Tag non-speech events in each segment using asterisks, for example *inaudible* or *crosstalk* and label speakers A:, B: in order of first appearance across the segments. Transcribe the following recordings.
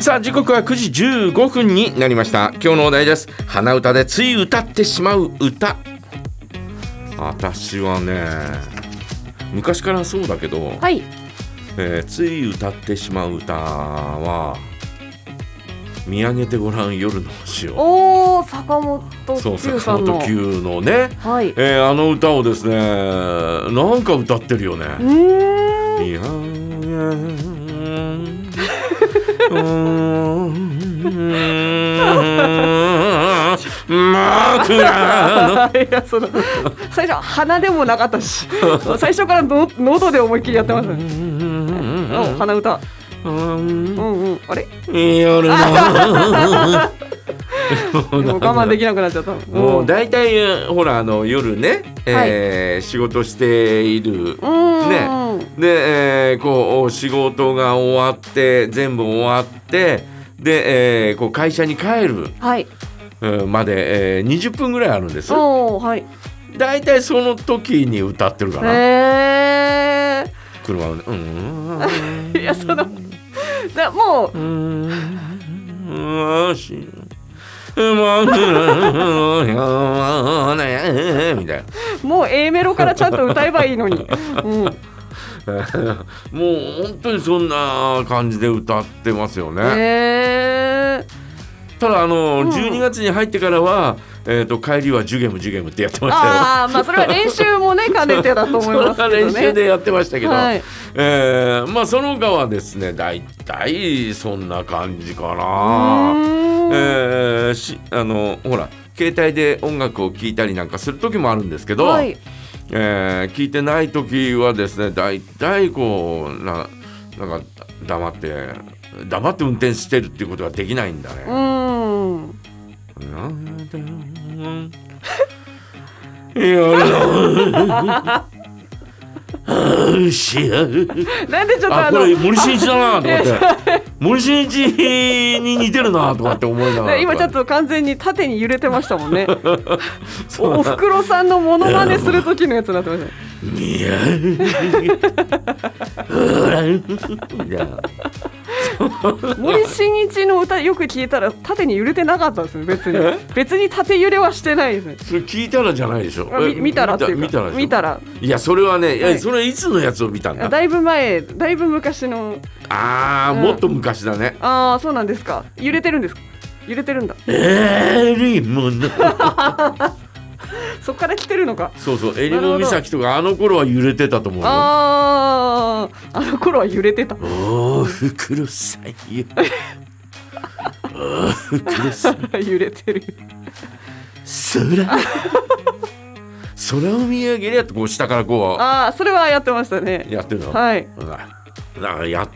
A: さあ時刻は9時15分になりました今日のお題です鼻歌でつい歌ってしまう歌私はね昔からそうだけど、
B: はい。
A: えーつい歌ってしまう歌は見上げてごらん夜の星を
B: おお、坂本
A: そう
B: 九
A: 坂
B: さんの
A: 本。九のね、
B: はい。う
A: えーあの歌をですねなんか歌ってるよね、
B: ーん。
A: いや枕の
B: *laughs* いやその最初鼻でもなかっ
A: *laughs*
B: たし、最初からの喉で思いっきりやってますね。お鼻歌。うんうん。あれ？
A: 夜の
B: もう我慢できなくなっちゃった。
A: もう
B: で。
A: 大体ほらあの夜ね、えー仕事している
B: うん。
A: ねで、えーこう仕事が終わって全部終わってで、えーこう会社に帰る
B: はい。
A: うんまで、えー20分ぐらいあるんです
B: おおはい。
A: 大体その時に歌ってるか
B: へ
A: な
B: え。
A: 車をねうん
B: いやそのだもう
A: うんうんしうんうんねみたい
B: もう A メロからちゃんと歌えばいいの
A: *laughs*
B: に。うん。
A: なもう本当にそんな感じで歌ってますよね、
B: へえ。
A: ただあの
B: ん
A: 12月に入ってからは、えー、と帰りはジュゲムジュゲムってやってましたよ
B: ああまあそれは練習もね兼ねてだと思いますけどね。
A: 練習でやってましたけど、
B: はい
A: えーまあその他はですね大体そんな感じかな。
B: う
A: え
B: ーん
A: ーしあのほら携帯で音楽を聴いたりなんかする時もあるんですけど、
B: はい。
A: えー聞いてない時はですね大体こうななんか黙って黙って運転してるっていうことができないんだ
B: う
A: ね。
B: ーん。
A: 夜のし
B: なんでちょっと
A: あ
B: あ
A: こ
B: の
A: れ森進一だなと思って森進一に似てるなとかって思いながら
B: ね今ちょっと完全に縦に揺れてましたもんね。おおふくろさんのモノマネする時のやつになってましたね。
A: いやほらいや
B: 森進一の歌よく聞いたら縦に揺れてなかったんですよ別に別に縦揺れはしてないですね。
A: *laughs* それ聞いたらじゃないでしょ
B: あみ
A: え
B: 見たらっていうか
A: 見たらでしょ
B: 見たら
A: いやそれはねい
B: は
A: や
B: い
A: それいつのやつを見たんだ
B: だいぶ前だいぶ昔の
A: あー
B: うん
A: もっと昔だね
B: ああそうなんですか揺れてるんですか揺れてるんだ
A: えりもの
B: そっから来てるのか
A: *laughs* そうそう襟裳岬とかあの頃は揺れてたと思うよ
B: あああの頃は揺れてた
A: おふくろさんよおふくろさん
B: 揺れてる *laughs*
A: 空空を見上げりゃってこう下からこ
B: ああそれはやってましたね
A: うやってるの、
B: はい
A: ほらだからやっ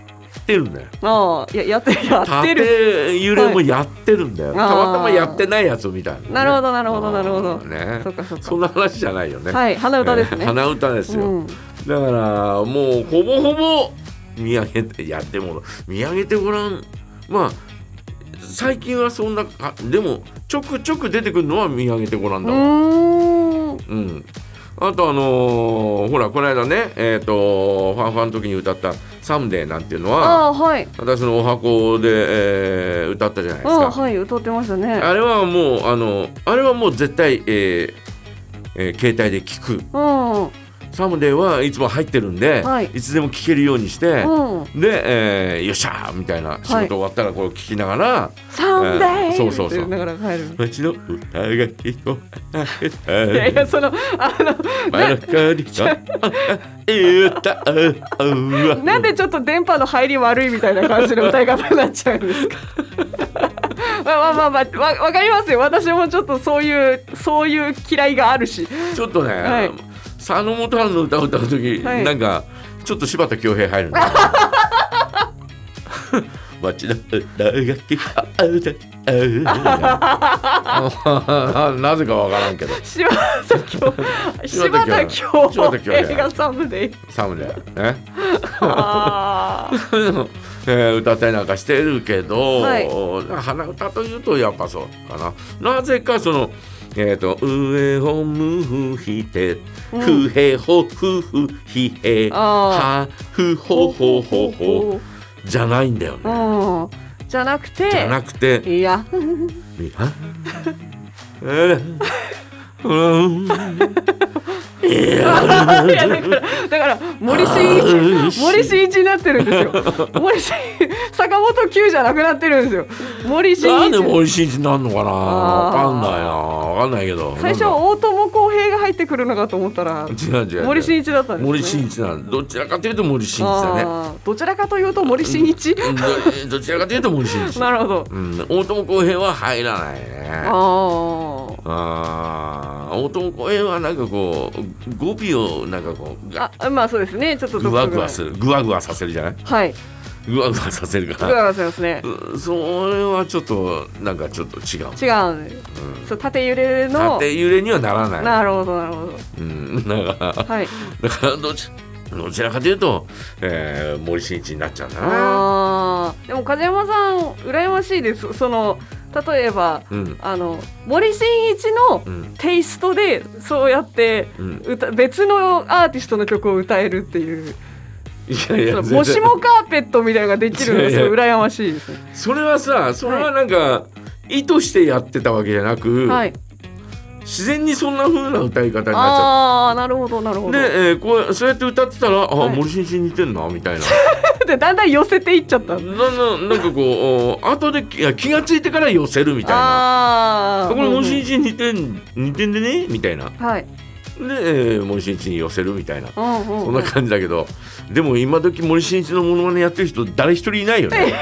A: てるんだよ
B: ああややってやってる
A: 縦揺れもやってるんだよ、
B: はい
A: たまたまやってないやつを見たんだよね、
B: なるほどなるほどなるほど
A: あーね
B: そっかそっか
A: んな話じゃないよね、
B: はい鼻歌です
A: えー
B: ね
A: 鼻歌ですよ、
B: うん
A: だからもうほぼほぼ見上げていやでも見上げてごらんまあ最近はそんなかでもちょくちょく出てくるのは見上げてごらん
B: う
A: だわ
B: ーん
A: うんあとあのーほらこの間ねえっ、とファンファンの時に歌った「サムデー」なんていうのは
B: ああーはい
A: 私のお箱で、えー歌ったじゃないです
B: ああ
A: か、
B: はい歌ってましたね
A: あれはもうあのあれはもう絶対、えーえー携帯で聞く
B: うん
A: サムデーはいつも入ってるんで、
B: はい
A: いつでも聞けるようにして、
B: うん
A: で、えーよっしゃーみたいな仕事終わったらこれを聞きながら、
B: *laughs* サンデ
A: え
B: ー
A: ーそうそうそう
B: って言いながら帰る
A: 街の歌が聞こえた
B: いやいやそのあ
A: 真ん中に *laughs* 歌うわ
B: のなんでちょっと電波の入り悪いみたいな感じの歌い方になっちゃうんですか *laughs* まあまあまあまあわわかりますよ私もちょっとそういうそういう嫌いがあるし
A: ちょっとね、
B: はい
A: 佐野元春の歌を歌う時、
B: はい
A: なんかちょっと柴田恭平入るんだよ街の歌が聞こえたなぜかわからんけど
B: 柴田
A: *laughs*
B: 恭柴
A: 柴田
B: 田
A: 恭平
B: 恭平がサムデイ
A: サムネね *laughs*
B: あー
A: そういうのえー歌ったりなんかしてるけど、
B: はい
A: 鼻歌というとやっぱそうかななぜかそのえっ、と「上を向いてふへほふふひへ
B: あ
A: はふほほほほ」じゃないんだよね。
B: うんじゃなくて
A: じゃなくて
B: いや *laughs*
A: みあらうんいや
B: いやだからだから森進一森進一になってるんですよ森進 *laughs* 坂本九じゃなくなってるんですよ森
A: な
B: 進
A: んで
B: 一
A: 森進一なんのかなわか
B: あー
A: んないなわかんないけど
B: 最初
A: なんだ
B: 大友康平が入ってくるのかと思ったら
A: 違う違う違う
B: 森進一だったんです、ね、
A: 森進一なんどちらかというと森進一だね
B: あーどちらかというと森進一、
A: うんどど *laughs* ちらかというと森進一
B: なるほど
A: うん、大友康平は入らないね
B: あ
A: あー大友康平はなんかこう語尾をなんかこう
B: ー
A: が
B: あまあそうですねちょっと
A: ぐ
B: 独
A: わ
B: 特
A: ぐ
B: な
A: わするぐわぐわさせるじゃない
B: はい
A: ぐわぐわさせる
B: ぐ
A: か
B: わぐ
A: ら
B: わしますね
A: うんそれはちょっとなんかちょっと違う
B: 違うんです、そう縦揺れの
A: 縦揺れにはならない
B: なるほどなるほど
A: うん、だから
B: はい
A: だからどちどちらかというと、えー、森進一になっちゃうんだな
B: あーでも風山さん羨ましいですその例えば
A: うん
B: あの森進一の
A: うん
B: テイストでそうやって
A: うん
B: 歌別のアーティストの曲を歌えるっていう
A: いやい
B: そ
A: や全
B: の
A: 然
B: もしもカーペットみたいなのができるのがすごい羨ましいですね。
A: それはさそれはなんか意図してやってたわけじゃなく、
B: はい、
A: 自然にそんな風な歌い方になっちゃった
B: ああなるほどなるほど。 *laughs* で
A: で、えーこうそうやって歌ってたら「あ、
B: はい
A: 森進一に似てんな」みたいな
B: だんだん寄せていっちゃった。
A: なななんかこうお後でいや気が付いてから寄せるみたいな「
B: ああ
A: これ森進一
B: 一
A: に似てん似てんでね」みたいなで、
B: はい。
A: えー森進一に寄せるみたいな
B: うんうんうん
A: そんな感じだけどでも今時森進一のモノマネやってる人誰一人いないよ
B: *laughs*
A: ね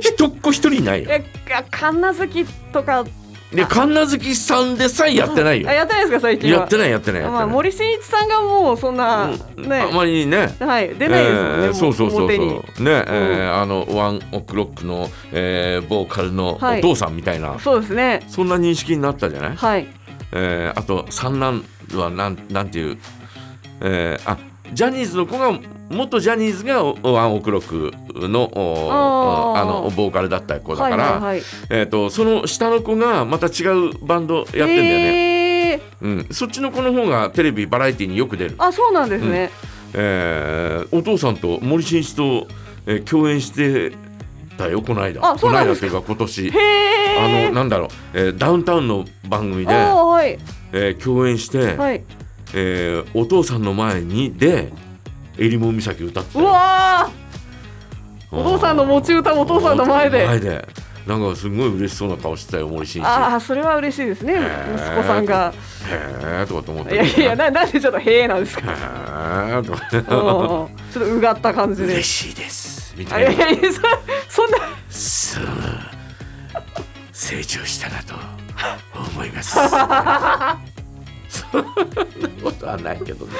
A: 一っ子一人いないよ
B: えカンナ好きとか
A: で神奈月さんでさえやってないよ
B: あやってないですか最近は。
A: やってないやってないやって
B: ま
A: な
B: あ、
A: い、
B: 森進一さんがもうそんな、
A: うんあ
B: ね、
A: まりね
B: はい、出ないですもんね、
A: えーそうそうそう
B: 表
A: そう
B: に
A: ね、えーあのワンオクロックの、えーボーカルのお
B: はい
A: 父さんみたいな、
B: そうですね
A: そんな認識になったじゃない、
B: はい
A: えーあと三男はなんなんていう、えーあジャニーズの子が元ジャニーズがおワンオクロックのお
B: あー
A: あのボーカルだった子だ
B: はい
A: か
B: はい
A: ら、
B: はい
A: えー、とその下の子がまた違うバンドやってんだよね、
B: えー、
A: うん、そっちの子の方がテレビバラエティによく出る。
B: あそうなんですね、
A: えーお父さんと森進一と、えー共演してたよこの間
B: あ
A: こ
B: そう
A: の
B: なん
A: 間っ
B: です
A: てい
B: か
A: うか今年あ
B: へえ
A: のなんだろう、えーダウンタウンの番組で、
B: あはい
A: えー共演して、
B: はい
A: えーお父さんの前にで「えりも岬」歌ってた
B: う
A: よ
B: わーお父さんの持ち歌もお父さんの前で
A: お父さんの前でなんかすごい嬉しそうな顔してたよ森進一
B: ああそれは嬉しいですね
A: ー
B: 息子さんが
A: へえとかと思っ
B: い
A: て
B: やいやななんでちょっと「へえ」なんです *laughs* か
A: へえとか
B: うんうんちょっとうがった感じで
A: 嬉しいですみ
B: あ
A: た
B: いや
A: い
B: い
A: な
B: やいやそそん *laughs* な
A: そう成長したなと思いますそんなことはないけどね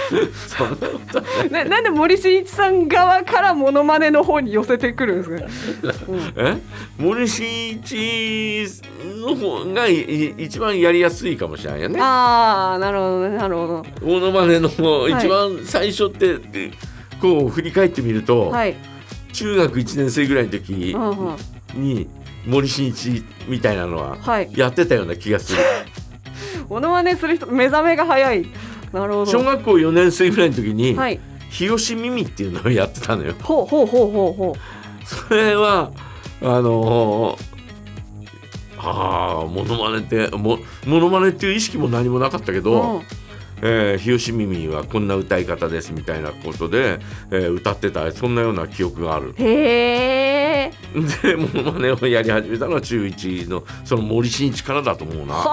A: そんなことは
B: ななんで森進一さん側からモノマネの方に寄せてくるんですかね
A: え森進一の方がいい一番やりやすいかもしれないよね
B: ああなるほどねなるほど
A: モノマネの方
B: い
A: 一番最初って、こう振り返ってみると、
B: はい
A: 中学1年生ぐらいの時
B: うんうん
A: に森進一みたいなのは
B: はい
A: やってたような気が
B: *laughs*
A: する。
B: モノマネする人目覚めが早いなるほ
A: 小
B: ど
A: 学校4年生ぐらいの時に、
B: はい
A: 日吉ミミっていうのをやってたのよ。 *laughs*
B: ほうほうほうほうほう
A: それはあのーああモノマネってもモノマネっていう意識も何もなかったけど、
B: うん
A: えー、日吉ミミはこんな歌い方ですみたいなことで、えー歌ってたそんなような記憶がある。
B: へえ
A: でモノマネをやり始めたのは中1のその森進一からだと思うな
B: は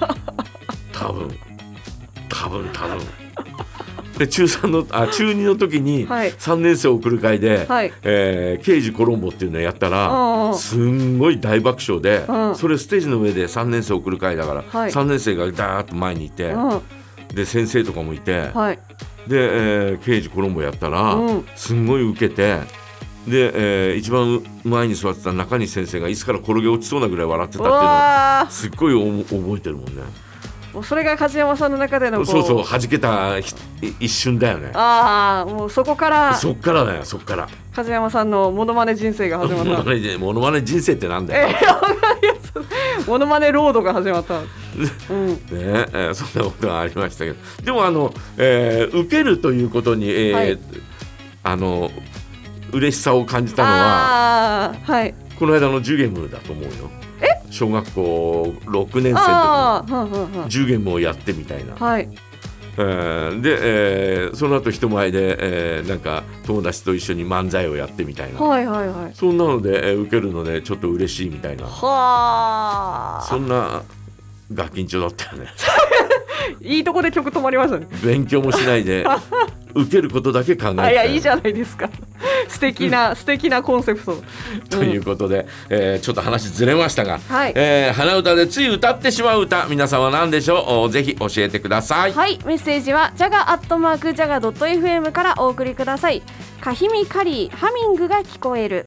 B: あ
A: 多分多分多分。で中3のあ中2の時に
B: はい
A: 3年生送る会で、
B: はい
A: えー、刑事コロンボっていうのをやった
B: うん
A: ら
B: うん
A: すんごい大爆笑で
B: うん
A: それステージの上で3年生送る会だから
B: はい
A: 3年生がダーッと前にいて
B: うん
A: で先生とかもいて
B: はい
A: で、えー、刑事コロンボやったら
B: うん
A: すんごい受けてで、えー一番前に座ってた中西先生が椅子から転げ落ちそうなぐらい笑ってたって
B: う
A: いうのを
B: わ
A: すっごいお覚えてるもんね
B: ーもうそれが梶山さんの中でのこ
A: そうそう弾けたひ一瞬だよね
B: ああもうそこから
A: そっからだよそっから
B: 梶山さんのモノマネ人生が
A: モ
B: 始ま
A: ノ
B: った
A: マ
B: *laughs*
A: ネでモノマネ人生ってなんだよ
B: モノマネロードが始
A: *laughs*
B: まったうん
A: ねえーそんなことがありましたけどでもあの、えー受けるということに、えー
B: はい
A: あの嬉しさを感じたのは
B: あーはい
A: この間のジュゲムだと思うよ小学校6年生の
B: あーはんはんは
A: 時
B: ん
A: ジュゲムをやってみたいな、
B: はい
A: えーで、えーその後人前で、えーなんか友達と一緒に漫才をやってみたいな、
B: はいはいはい
A: そんなので、えー受けるのでちょっと嬉しいみたいな
B: は
A: そ
B: あ
A: んなガキンチョだったよね *laughs*
B: いいとこで曲止まりましたね
A: 勉強もしないで *laughs* 受けることだけ考えてた
B: あいやいいじ
A: ゃ
B: ゃないですか *laughs* 素敵な素敵なコンセプト
A: ということで、えーちょっと話ずれましたが、
B: はい
A: えー鼻歌でつい歌ってしまう歌皆さんは何でしょうぜひ教えてください、
C: はい、メッセージはジャガアットマークジャガドット FM からお送りください。カヒミカリーハミングが聞こえる。